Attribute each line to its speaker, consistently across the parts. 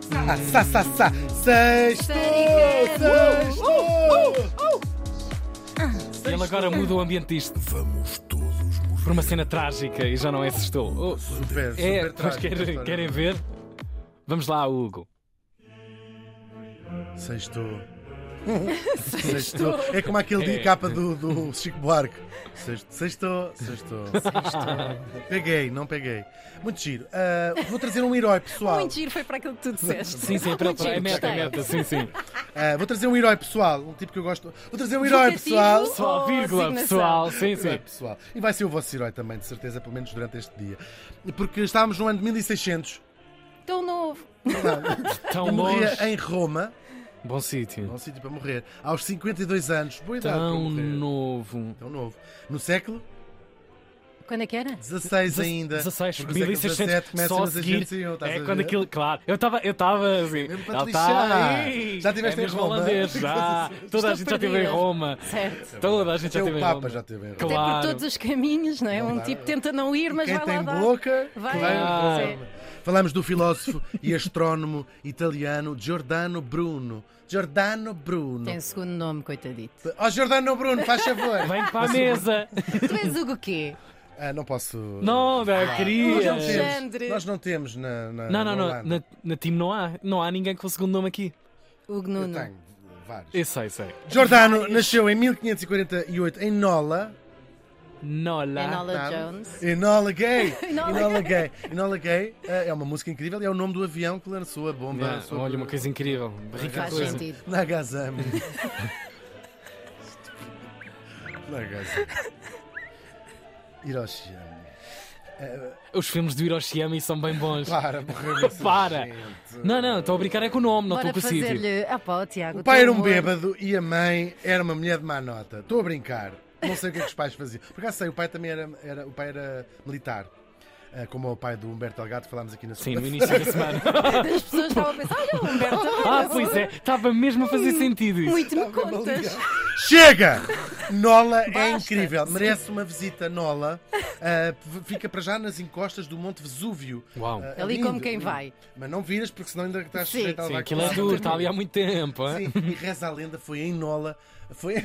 Speaker 1: Sa, Ah, sa, sa, sa. Sexto! Sexto!
Speaker 2: Ele agora muda o ambiente disto
Speaker 3: Vamos todos morrer.
Speaker 2: para uma cena trágica e já não é assustou. Oh,
Speaker 1: Super, super
Speaker 2: é, mas
Speaker 1: trágico esta
Speaker 2: querem,
Speaker 1: história.
Speaker 2: querem ver? Vamos lá, Hugo.
Speaker 1: Sexto. Sexto. É como aquele dia
Speaker 2: É.
Speaker 1: capa do, do Chico Buarque. Sexto. Sexto. Sexto. Peguei, não peguei. Muito giro. Ah, vou trazer um herói, pessoal.
Speaker 4: Muito giro foi para aquilo que tu disseste.
Speaker 2: Sim, sim, para, para, é
Speaker 4: Muito giro,
Speaker 2: meta, é
Speaker 4: gostei.
Speaker 2: meta, sim, sim.
Speaker 1: Ah, vou trazer um herói, pessoal. Um tipo que eu gosto. Vou trazer um herói,
Speaker 4: Vocativo.
Speaker 1: pessoal.
Speaker 2: Pessoal,
Speaker 4: Oh,
Speaker 2: vírgula,
Speaker 4: asignação.
Speaker 2: pessoal, sim,
Speaker 1: Herói,
Speaker 2: sim.
Speaker 1: pessoal. E vai ser o vosso herói também, de certeza, pelo menos durante este dia. Porque estávamos no ano de 1600.
Speaker 4: Tão novo.
Speaker 2: Tão
Speaker 1: Eu
Speaker 2: longe.
Speaker 1: morria em Roma,
Speaker 2: Bom sítio.
Speaker 1: bom sítio para morrer, aos 52 anos. Boa idade para
Speaker 2: Tão
Speaker 1: morrer.
Speaker 2: novo.
Speaker 1: Tão novo. No século
Speaker 4: Quando é que era?
Speaker 1: 16
Speaker 2: Dez-
Speaker 1: ainda.
Speaker 2: 16,
Speaker 1: porque o século 17
Speaker 2: 1600,
Speaker 1: começa
Speaker 2: só a
Speaker 1: nas
Speaker 2: seguir.
Speaker 1: agências, um, estás a
Speaker 2: É
Speaker 1: ver? É
Speaker 2: quando aquilo, claro. Eu estava, eu estava assim.
Speaker 1: mesmo para
Speaker 2: ela
Speaker 1: te
Speaker 2: tá-
Speaker 1: lixar.
Speaker 2: Ei,
Speaker 1: Já tiveste
Speaker 2: é
Speaker 1: em
Speaker 2: mesmo
Speaker 1: Roma?
Speaker 2: holandês, já. Toda a
Speaker 4: Estou
Speaker 2: gente já esteve em
Speaker 4: perdida.
Speaker 2: Roma.
Speaker 4: Certo.
Speaker 2: Toda a gente já
Speaker 1: Até
Speaker 2: esteve
Speaker 1: É o
Speaker 2: em
Speaker 1: Papa
Speaker 2: Roma.
Speaker 1: já teve em Roma.
Speaker 2: Claro.
Speaker 4: Até por todos os caminhos, não é? Um
Speaker 1: dá.
Speaker 4: tipo tenta não ir, mas
Speaker 1: Quem
Speaker 4: vai lá
Speaker 1: tem
Speaker 4: dar.
Speaker 1: boca,
Speaker 4: Vai,
Speaker 1: que
Speaker 2: Ah.
Speaker 1: vai. Falamos do filósofo e astrónomo italiano Giordano Bruno. Giordano Bruno.
Speaker 4: Tem um segundo nome, coitadito.
Speaker 1: Oh, Giordano Bruno, faz favor.
Speaker 2: Vem para a
Speaker 1: Assim,
Speaker 2: mesa.
Speaker 4: tu és o quê?
Speaker 1: Ah, não posso.
Speaker 2: Não, não,
Speaker 1: Nós não
Speaker 2: queria.
Speaker 4: Alexandre.
Speaker 1: temos, nós não temos na, na,
Speaker 2: Não, não,
Speaker 1: na
Speaker 2: não.
Speaker 1: Holanda.
Speaker 2: Na, na time não há. Não há ninguém com o segundo nome aqui.
Speaker 4: Hugo
Speaker 1: Eu
Speaker 4: Nuno.
Speaker 1: tenho vários.
Speaker 2: Eu sei, sei.
Speaker 1: Giordano nasceu em 1548 em Nola.
Speaker 2: Nola.
Speaker 4: Enola
Speaker 1: Tá.
Speaker 4: É Jones.
Speaker 1: Enola Gay.
Speaker 4: Enola
Speaker 1: Enola Gay. Enola Gay eh, é uma música incrível e é o nome do avião que lançou a bomba
Speaker 2: Não,
Speaker 1: sobre
Speaker 2: olha, uma coisa incrível. Rica
Speaker 4: Faz
Speaker 2: coisa.
Speaker 4: sentido.
Speaker 1: Nagasame. Nagasame. Hiroshima.
Speaker 2: Os filmes do Hiroshima são bem bons.
Speaker 1: Para, morreu assim. imensa
Speaker 2: Para.
Speaker 1: gente.
Speaker 2: Não, não, estou a brincar é com o nome, não estou
Speaker 4: Bora
Speaker 2: com o sítio.
Speaker 4: fazer-lhe. Ah, pá, ó, Tiago.
Speaker 1: O pai
Speaker 4: teu
Speaker 1: era um
Speaker 4: humor.
Speaker 1: bêbado e a mãe era uma mulher de má nota. Estou a brincar. Não sei o que é que os pais faziam. Por acaso sei, o pai também era, era- o pai era militar. Eh, Como o pai do Humberto Delgado, que falámos aqui na
Speaker 2: Sim, no
Speaker 1: segunda.
Speaker 2: início da semana.
Speaker 4: As pessoas estavam a pensar: olha, o Humberto.
Speaker 2: Ah, pois é, estava mesmo a fazer sentido isso.
Speaker 4: Muito me contas.
Speaker 1: Chega! Nola é
Speaker 4: Basta,
Speaker 1: incrível. Merece uma visita, Nola. Eh, v- fica para já nas encostas do Monte Vesúvio.
Speaker 2: Uau.
Speaker 1: Eh,
Speaker 4: Ali
Speaker 1: lindo,
Speaker 4: como quem
Speaker 1: lindo.
Speaker 4: vai.
Speaker 1: Mas não viras, porque senão ainda estás
Speaker 4: Sim.
Speaker 1: sujeito a
Speaker 2: Sim,
Speaker 1: levar
Speaker 2: aquilo é
Speaker 1: com-
Speaker 2: duro, está ali é? há muito tempo. hã?
Speaker 1: Sim, e reza a lenda, foi em Nola. Foi,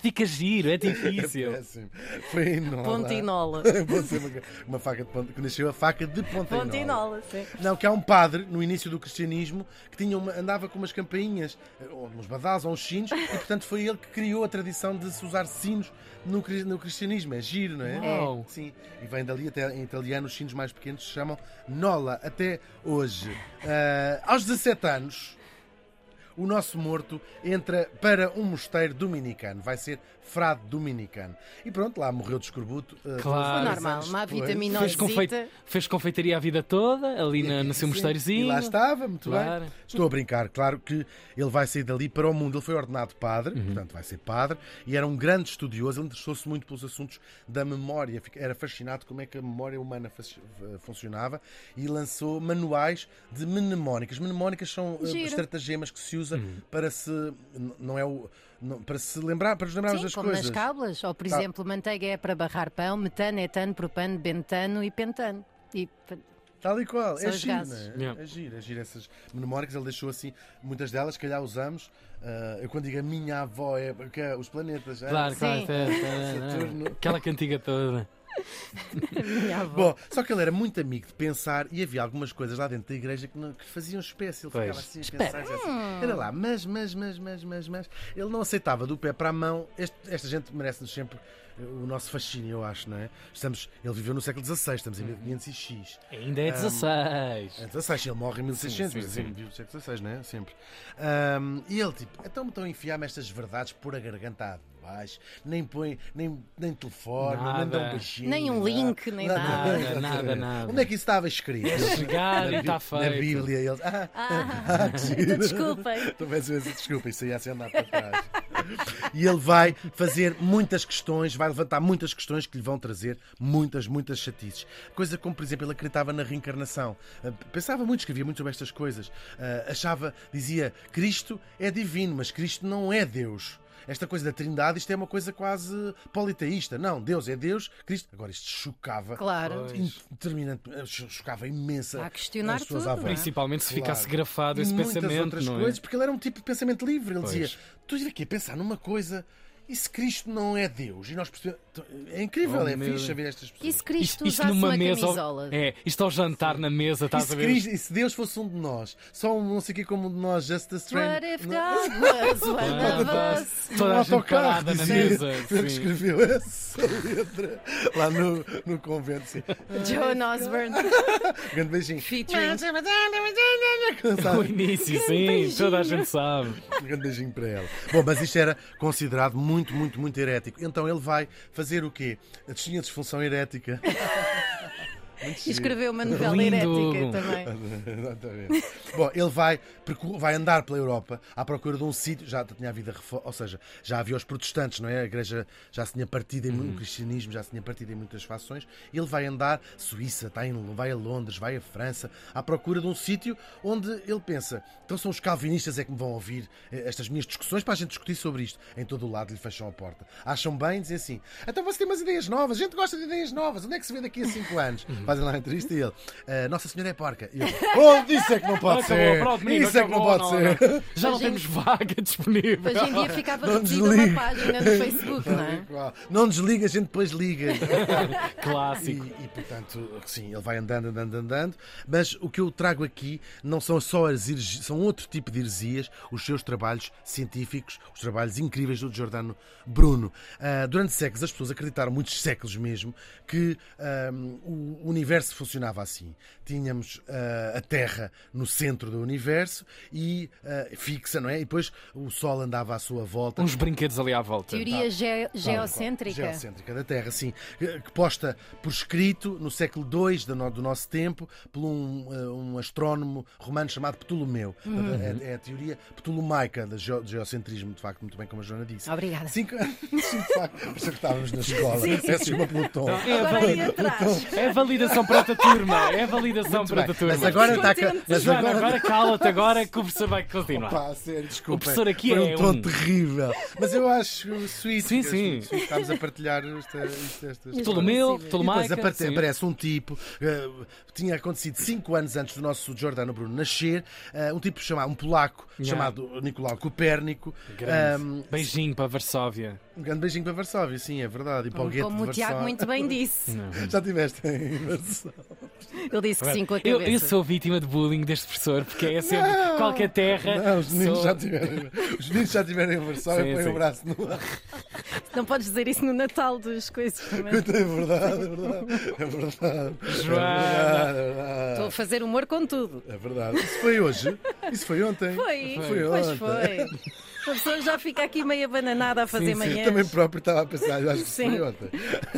Speaker 2: Fica giro, é difícil.
Speaker 1: Péssimo. foi em Nola.
Speaker 4: Pontinola.
Speaker 1: Vou ser uma, uma faca de ponta, que nasceu a faca de Pontinola.
Speaker 4: Pontinola, sim.
Speaker 1: Não, que há um padre no início do cristianismo que tinha uma- andava com umas campainhas, eh, ou uns badás, ou uns sinos, e portanto foi ele que criou a tradição de se usar sinos no, cri- no cristianismo. É giro, não é?
Speaker 2: Uau.
Speaker 1: Sim. E vem dali, até em italiano, os sinos mais pequenos se chamam Nola, até hoje. Ah, aos 17 anos. O nosso morto entra para um mosteiro dominicano, vai ser frade dominicano. E pronto, lá morreu de escorbuto. ah,
Speaker 2: Claro.
Speaker 1: dois
Speaker 4: Normal,
Speaker 1: anos
Speaker 4: uma
Speaker 1: depois.
Speaker 4: vitamina
Speaker 2: Fez, confei-
Speaker 4: Zita.
Speaker 2: fez confeitaria a vida toda, ali na- no
Speaker 1: É Sim,
Speaker 2: seu mosteirozinho.
Speaker 1: E lá estava, muito
Speaker 2: Claro.
Speaker 1: bem. Estou a brincar, claro que ele vai sair dali para o mundo. Ele foi ordenado padre,
Speaker 2: Uhum.
Speaker 1: portanto vai ser padre, e era um grande estudioso. Ele interessou-se muito pelos assuntos da memória, Fica- era fascinado como é que a memória humana fas- eh, funcionava e lançou manuais de mnemónicas. Mnemónicas são eh,
Speaker 4: Giro.
Speaker 1: estratagemas que se
Speaker 2: Uhum.
Speaker 1: usa para se. n- não é o. não- para se lembrar, para nos lembrarmos
Speaker 4: Sim,
Speaker 1: das
Speaker 4: como
Speaker 1: coisas.
Speaker 4: nas cábulas. Ou, por
Speaker 1: Tá.
Speaker 4: exemplo, manteiga é para barrar pão, metano, etano, propano, bentano e pentano. E pe-
Speaker 1: Tal e qual.
Speaker 4: São
Speaker 1: é
Speaker 4: os
Speaker 1: giro,
Speaker 4: gases.
Speaker 1: né?
Speaker 2: Yeah.
Speaker 1: É giro, é giro. Essas memóricas ele deixou assim, muitas delas, se calhar usamos. Ah, eu quando digo a minha avó, é porque é os planetas. é?
Speaker 2: Claro, claro.
Speaker 4: Sim.
Speaker 2: tá, tá, tá.
Speaker 1: Saturno.
Speaker 2: Aquela cantiga toda.
Speaker 4: minha avó.
Speaker 1: Bom, só que ele era muito amigo de pensar e havia algumas coisas lá dentro da igreja que, não- que faziam espécie. Ele
Speaker 2: Pois.
Speaker 1: ficava assim a pensar. e
Speaker 4: Hum.
Speaker 1: Assim. Era lá, mas, mas, mas, mas, mas, mas. Ele não aceitava do pé para a mão. Este- esta gente merece-nos sempre eh, o nosso fascínio, eu acho, não é? Estamos, ele viveu no século XVI, estamos em 1500 e X.
Speaker 2: Ainda é 16.
Speaker 1: É 16, ele morre em 1600,
Speaker 2: Sim,
Speaker 1: mas
Speaker 2: sim, sim.
Speaker 1: assim, vive no século XVI, não é? Sempre. Ahm, e ele, tipo, então me estão a enfiar-me estas verdades por a garganta abaixo, nem põe, nem, nem telefone, nem dá
Speaker 2: Nada.
Speaker 1: um beijinho.
Speaker 4: Nem um
Speaker 1: dá-
Speaker 4: link, nem
Speaker 2: nada. Nada, nada, nada.
Speaker 1: Onde é que isso estava escrito?
Speaker 2: Chegar e
Speaker 1: Na
Speaker 2: está
Speaker 1: Bí- Na
Speaker 2: feito.
Speaker 1: Bíblia, eles. Ah,
Speaker 4: Ah, então desculpem.
Speaker 1: Tu vais ver, desculpa, isso aí ia ser andar para trás. e ele vai fazer muitas questões, vai levantar muitas questões que lhe vão trazer muitas, muitas chatices. Coisa como, por exemplo, ele acreditava na reencarnação. Ah, Pensava muito, escrevia muito sobre estas coisas. Ah, Achava, dizia, Cristo é divino, mas Cristo não é Deus. esta coisa da trindade, isto é uma coisa quase politeísta. Não, Deus é Deus, Cristo. Agora, isto chocava.
Speaker 4: Claro.
Speaker 2: Pois.
Speaker 1: Determinante, eh, chocava imensa
Speaker 4: Há a questionar
Speaker 1: as pessoas
Speaker 4: tudo,
Speaker 1: à
Speaker 4: não é?
Speaker 1: volta.
Speaker 2: Principalmente se ficasse
Speaker 1: Claro.
Speaker 2: grafado
Speaker 1: E
Speaker 2: esse
Speaker 1: muitas
Speaker 2: pensamento,
Speaker 1: outras
Speaker 2: não é?
Speaker 1: coisas, porque ele era um tipo de pensamento livre. Ele
Speaker 2: Pois.
Speaker 1: dizia: Tu estive aqui a pensar numa coisa, e se Cristo não é Deus? E nós percebemos. É incrível,
Speaker 2: Oh,
Speaker 1: é
Speaker 2: meu
Speaker 1: fixe
Speaker 2: Deus.
Speaker 1: ver estas pessoas.
Speaker 4: E se Cristo
Speaker 2: Isto, isto
Speaker 4: usasse
Speaker 2: numa
Speaker 4: uma
Speaker 2: mesa.
Speaker 4: camisola?
Speaker 2: É, isto ao jantar na mesa,
Speaker 1: E
Speaker 2: estás a
Speaker 1: se,
Speaker 2: ver?
Speaker 1: Cristo- e se Deus fosse um de nós, só um não sei o que como um de nós, just a
Speaker 4: What
Speaker 1: strange.
Speaker 4: if God was one of
Speaker 2: Ah,
Speaker 4: us?
Speaker 2: Toda a gente
Speaker 1: Um autocarro,
Speaker 2: parada na
Speaker 1: dizia.
Speaker 2: mesa.
Speaker 1: Foi ele que
Speaker 2: sim.
Speaker 1: escreveu essa letra lá no, no convento. Sim.
Speaker 4: Joan Osborne.
Speaker 1: Grande beijinho.
Speaker 4: Featuring.
Speaker 2: O início, sim, toda a gente sabe.
Speaker 1: Um grande beijinho para ela. Bom, mas isto era considerado muito, muito, muito herético. Então ele vai fazer o quê? Tinha disfunção herética. Muito
Speaker 4: E
Speaker 1: giro.
Speaker 4: escreveu uma novela
Speaker 2: Lindo.
Speaker 4: herética também.
Speaker 1: Exatamente. Bom, ele vai, percu- vai andar pela Europa à procura de um sítio. Já tinha havido a reforma, ou seja, já havia os protestantes, não é? A igreja já se tinha partido em mu- o cristianismo, já se tinha partido em muitas fações. Ele vai andar Suíça, está em, vai a Londres, vai a França, à procura de um sítio onde ele pensa: então são os calvinistas é que me vão ouvir eh, estas minhas discussões para a gente discutir sobre isto. Em todo o lado lhe fecham a porta. Acham bem, dizem assim: então você tem umas ideias novas, a gente gosta de ideias novas, onde é que se vê daqui a 5 anos?
Speaker 2: Uhum.
Speaker 1: Fazem lá a entrevista e ele: "Ah, Nossa Senhora é porca. E eu: Oh, isso é que não pode
Speaker 2: Acabou,
Speaker 1: ser!
Speaker 2: pronto, menino,
Speaker 1: isso é que não
Speaker 2: acabou,
Speaker 1: pode ser!
Speaker 2: Já não temos vaga disponível.
Speaker 4: Hoje em dia ficava
Speaker 1: Não
Speaker 4: reduzida
Speaker 1: desligue.
Speaker 4: uma página no Facebook, não é?
Speaker 1: Igual. Não desliga, a gente depois liga. E,
Speaker 2: Clássico.
Speaker 1: e, portanto, sim, ele vai andando, andando, andando. Mas o que eu trago aqui não são só as heresias, são outro tipo de heresias, os seus trabalhos científicos, os trabalhos incríveis do Giordano Bruno. Ah, durante séculos, as pessoas acreditaram, muitos séculos mesmo, que ah, o universo funcionava assim. Tínhamos ah, a Terra no centro do universo e ah, fixa, não é? E depois o Sol andava à sua volta.
Speaker 2: Uns brinquedos ali à volta.
Speaker 4: Teoria ge- geocêntrica.
Speaker 1: Geocêntrica da Terra, sim. Eh, Que que posta por escrito no século II do, no- do nosso tempo por um, eh, um astrónomo romano chamado Ptolomeu. Portanto, É, é a teoria ptolomaica do geo- do geocentrismo, de facto, muito bem como a Joana disse.
Speaker 4: Obrigada.
Speaker 1: Cinco... sim, de facto. Por isso é que estávamos na escola. Peço desculpa pelo tom.
Speaker 2: É a,
Speaker 4: Agora
Speaker 2: vali-
Speaker 4: ali atrás.
Speaker 2: é a validação para a turma. É a validação para a
Speaker 1: Bem,
Speaker 2: turma.
Speaker 1: mas agora está cá.
Speaker 4: Contente.
Speaker 1: Mas
Speaker 2: Joana,
Speaker 1: agora...
Speaker 2: agora cala-te, agora é a conversa vai continuar.
Speaker 1: Pá, sério, desculpa.
Speaker 2: O professor aqui
Speaker 1: Foi
Speaker 2: é
Speaker 1: um tom
Speaker 2: um-
Speaker 1: terrível. Mas eu acho sweet.
Speaker 2: Sim,
Speaker 1: que
Speaker 2: sim.
Speaker 1: sweet. Estamos a partilhar esta, esta, estas
Speaker 2: Ptolomeu,
Speaker 4: E
Speaker 1: E depois
Speaker 2: Ptolomaica.
Speaker 1: aparte-
Speaker 2: sim.
Speaker 1: aparece um tipo, eh, tinha acontecido 5 anos antes do nosso Giordano Bruno nascer, eh, um tipo chamado, um polaco
Speaker 2: Yeah.
Speaker 1: chamado Nicolau Copérnico.
Speaker 2: Grande.
Speaker 1: Um,
Speaker 2: Beijinho para Varsóvia.
Speaker 1: um grande beijinho para Varsóvia, sim, é verdade. E para o gueto
Speaker 4: Como
Speaker 1: de
Speaker 4: o Tiago
Speaker 1: Varsóvia.
Speaker 4: muito bem disse.
Speaker 1: Já tiveste em Varsóvia.
Speaker 4: Ele disse que sim com a
Speaker 2: Eu, eu
Speaker 4: cabeça.
Speaker 2: sou vítima de bullying deste professor, porque é sempre qualquer terra.
Speaker 1: Não, os meninos
Speaker 2: sou-
Speaker 1: já tiveram. Os meninos já tiveram em Varsóvia,
Speaker 2: Sim,
Speaker 1: põem
Speaker 2: sim.
Speaker 1: o braço no ar.
Speaker 4: Não podes dizer isso no Natal dos coisas também.
Speaker 1: É verdade, é verdade. É verdade.
Speaker 2: Joana.
Speaker 1: É verdade, é verdade.
Speaker 4: Estou a fazer humor com tudo.
Speaker 1: É verdade. Isso foi hoje? Isso foi ontem?
Speaker 4: Foi,
Speaker 1: Foi
Speaker 4: pois
Speaker 1: ontem.
Speaker 4: foi. A pessoa já fica aqui meia bananada a fazer
Speaker 2: Sim, sim.
Speaker 4: manhãs.
Speaker 1: Também próprio estava a pensar, eu acho que isso
Speaker 4: Sim.
Speaker 1: foi ontem.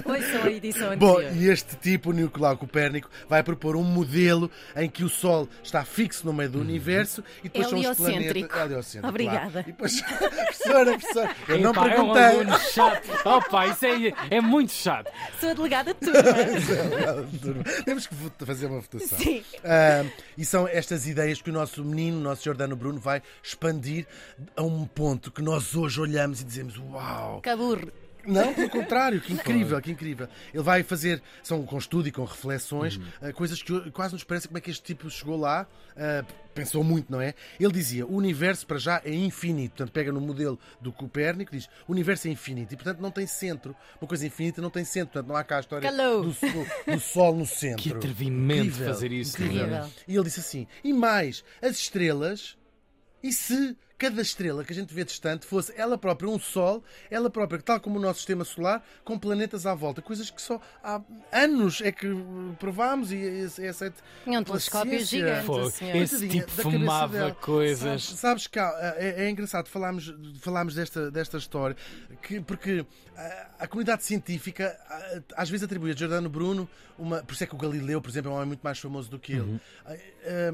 Speaker 4: Ouçam a edição
Speaker 1: Bom,
Speaker 4: anterior.
Speaker 1: e este tipo, o Nicolau Copérnico, vai propor um modelo em que o Sol está fixo no
Speaker 2: Uhum.
Speaker 1: meio do universo e depois são os
Speaker 4: Heliocêntrico.
Speaker 1: planetas. Heliocêntrico,
Speaker 4: Obrigada.
Speaker 1: claro. E depois, professora, professora, eu
Speaker 2: Epá,
Speaker 1: não
Speaker 2: é um
Speaker 1: perguntei.
Speaker 2: aluno chato. Opa, isso é, é muito chato.
Speaker 4: Sou a delegada de turma.
Speaker 1: Temos que vota- fazer uma votação.
Speaker 4: Sim.
Speaker 1: Ah, e são estas ideias que o nosso menino, o nosso Jordano Bruno, vai expandir a um ponto que nós hoje olhamos e dizemos: Uau!
Speaker 4: Caburro.
Speaker 1: Não, pelo contrário, que incrível, que incrível. Ele vai fazer, são com estudo e com reflexões,
Speaker 2: Uhum.
Speaker 1: eh, coisas que eu- quase nos parece como é que este tipo chegou lá, eh, pensou muito, não é? Ele dizia, o universo para já é infinito, portanto pega no modelo do Copérnico e diz, o universo é infinito e portanto não tem centro, uma coisa infinita não tem centro, portanto não há cá a história
Speaker 4: Calou.
Speaker 1: do, sol- do sol no centro.
Speaker 2: Que atrevimento
Speaker 1: Incrível,
Speaker 2: fazer isso,
Speaker 1: incrível.
Speaker 4: não é?
Speaker 1: E ele disse assim, e mais, as estrelas e se cada estrela que a gente vê distante fosse ela própria um Sol, ela própria, tal como o nosso sistema solar, com planetas à volta? Coisas que só há anos é que uh, provámos e é, é aceito.
Speaker 4: Tinha um
Speaker 1: pela
Speaker 4: telescópio
Speaker 1: ciência.
Speaker 4: gigante,
Speaker 2: Fogo.
Speaker 4: a senhora.
Speaker 2: Esse
Speaker 1: Coitadinha,
Speaker 2: tipo
Speaker 1: assim, da cabeça
Speaker 2: fumava
Speaker 1: dela.
Speaker 2: coisas.
Speaker 1: Sabes, sabes que há- é, é engraçado falarmos, falarmos desta, desta história, que, porque ah, a, comunidade científica ah, às vezes atribui a Giordano
Speaker 2: Uhum.
Speaker 1: Bruno, uma, por isso é que o Galileu, por exemplo, é um homem muito mais famoso do que ele. Ah, ah, Eh,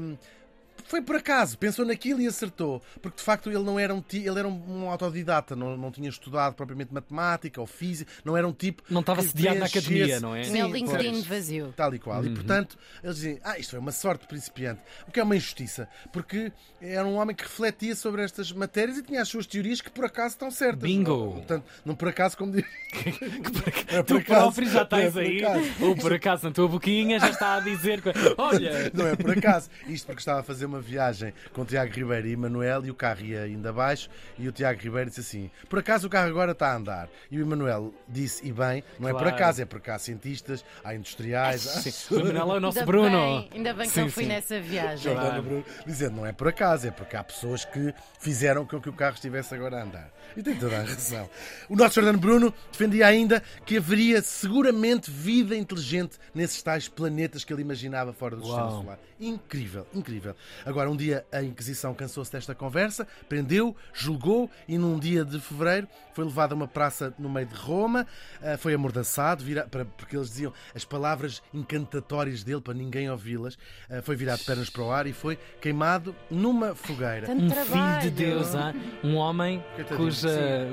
Speaker 1: Foi por acaso, pensou naquilo e acertou. Porque de facto ele não era um ti- ele era um, um autodidata, não, não tinha estudado propriamente matemática ou física, não era um tipo.
Speaker 2: Não estava
Speaker 1: que
Speaker 2: sediado na
Speaker 1: preenchesse-
Speaker 2: academia, não é?
Speaker 1: Sim,
Speaker 4: Meu
Speaker 1: pois.
Speaker 4: LinkedIn vazio.
Speaker 1: Tal e qual. E
Speaker 2: Uhum.
Speaker 1: portanto, eles dizem: Ah, isto foi uma sorte de principiante. O que é uma injustiça? Porque era um homem que refletia sobre estas matérias e tinha as suas teorias que por acaso estão certas.
Speaker 2: Bingo.
Speaker 1: Portanto, não por acaso, como diz.
Speaker 2: Que por acaso-
Speaker 1: É por
Speaker 2: tu
Speaker 1: acaso.
Speaker 2: próprio já estás
Speaker 1: É por
Speaker 2: aí,
Speaker 1: acaso.
Speaker 2: ou por acaso na tua boquinha já está a dizer: que- Olha,
Speaker 1: Não é por acaso. Isto porque estava a fazer uma viagem com o Tiago Ribeiro e Manuel e o carro ia ainda abaixo e o Tiago Ribeiro disse assim: Por acaso o carro agora está a andar? E o Emanuel disse: E bem, não é por
Speaker 2: Claro.
Speaker 1: acaso, é porque há cientistas, há industriais, há.
Speaker 2: Sim, o Manuel é o nosso
Speaker 4: ainda
Speaker 2: Bruno.
Speaker 4: Bem, ainda bem que
Speaker 2: Sim,
Speaker 4: não fui
Speaker 2: sim.
Speaker 4: nessa viagem.
Speaker 1: Jordano Bruno, dizendo não é por acaso, é porque há pessoas que fizeram com que o carro estivesse agora a andar. E tem toda a razão. O nosso Jordano Bruno defendia ainda que haveria seguramente vida inteligente nesses tais planetas que ele imaginava fora do sistema
Speaker 2: Uau.
Speaker 1: solar. Incrível, incrível. Agora, um dia a Inquisição cansou-se desta conversa, prendeu, julgou e num dia de fevereiro foi levado a uma praça no meio de Roma, ah, foi amordaçado, vira- para- porque eles diziam as palavras encantatórias dele para ninguém ouvi-las, ah, foi virado de pernas para o ar e foi queimado numa fogueira.
Speaker 4: Tanto
Speaker 2: Um
Speaker 4: trabalho.
Speaker 2: filho de Deus, há um homem
Speaker 1: Coitadinho,
Speaker 2: cujos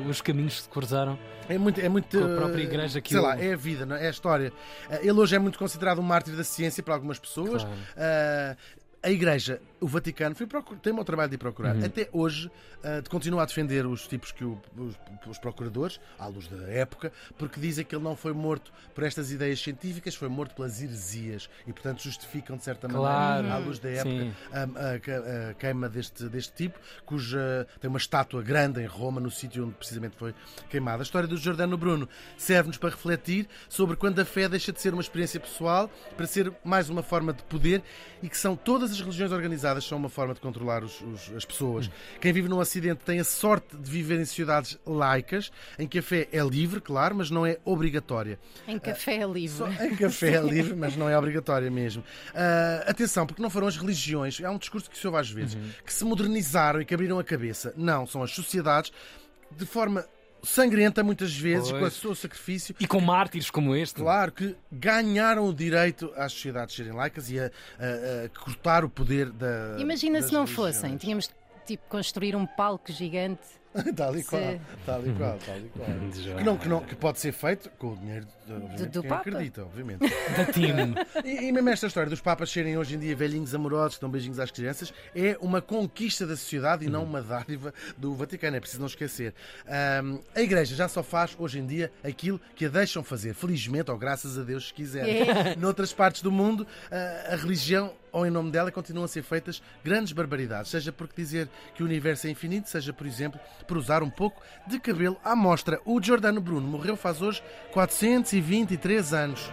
Speaker 2: os caminhos se cruzaram.
Speaker 1: É muito, é muito.
Speaker 2: Com a própria igreja que
Speaker 1: Sei
Speaker 2: o-
Speaker 1: lá, é a vida, não é? É a história. Eh, Ele hoje é muito considerado um mártir da ciência para algumas pessoas.
Speaker 2: Claro.
Speaker 1: Eh, a Igreja, o Vaticano, foi procur... tem o trabalho de ir procurar.
Speaker 2: Uhum.
Speaker 1: Até hoje, eh, continua a defender os tipos que o- os, os procuradores, à luz da época, porque dizem que ele não foi morto por estas ideias científicas, foi morto pelas heresias. E, portanto, justificam, de certa
Speaker 2: Claro.
Speaker 1: maneira, à luz da época,
Speaker 2: Sim.
Speaker 1: a, a que- a queima deste, deste tipo, cuja tem uma estátua grande em Roma, no sítio onde precisamente foi queimada. A história do Giordano Bruno serve-nos para refletir sobre quando a fé deixa de ser uma experiência pessoal para ser mais uma forma de poder e que são todas as religiões organizadas são uma forma de controlar os- os- as pessoas. Quem vive num acidente tem a sorte de viver em sociedades laicas, em que a fé é livre, claro, mas não é obrigatória.
Speaker 4: Em café livre.
Speaker 1: Só em café é livre, mas não é obrigatória mesmo. Ah, atenção, porque não foram as religiões, é um discurso que se ouve às vezes, que se modernizaram e que abriram a cabeça. Não, são as sociedades de forma sangrenta, muitas vezes, com o
Speaker 2: Pois.
Speaker 1: seu sacrifício,
Speaker 2: E com mártires como este.
Speaker 1: Claro que ganharam o direito às sociedades serem laicas e a, a- a cortar o poder da.
Speaker 4: Imagina
Speaker 1: das
Speaker 4: se não
Speaker 1: religiões.
Speaker 4: fossem. Tínhamos tipo construir um palco gigante.
Speaker 1: tal e qual,
Speaker 4: Se-
Speaker 1: tal e qual, tal e qual. Que, não, que, não, que pode ser feito com o dinheiro de, obviamente,
Speaker 4: do
Speaker 1: quem
Speaker 4: Papa.
Speaker 1: acredita, obviamente.
Speaker 2: Da Tim.
Speaker 1: E, e mesmo esta história dos papas serem hoje em dia velhinhos amorosos, que dão beijinhos às crianças, é uma conquista da sociedade e não uma dádiva do Vaticano, é preciso não esquecer. Ahm, a Igreja já só faz hoje em dia aquilo que a deixam fazer, felizmente ou graças a Deus, se quiserem. Noutras partes do mundo, a, a religião ou em nome dela continuam a ser feitas grandes barbaridades, seja porque dizer que o universo é infinito, seja, por exemplo, por usar um pouco de cabelo à mostra. O Giordano Bruno morreu faz hoje 423 anos.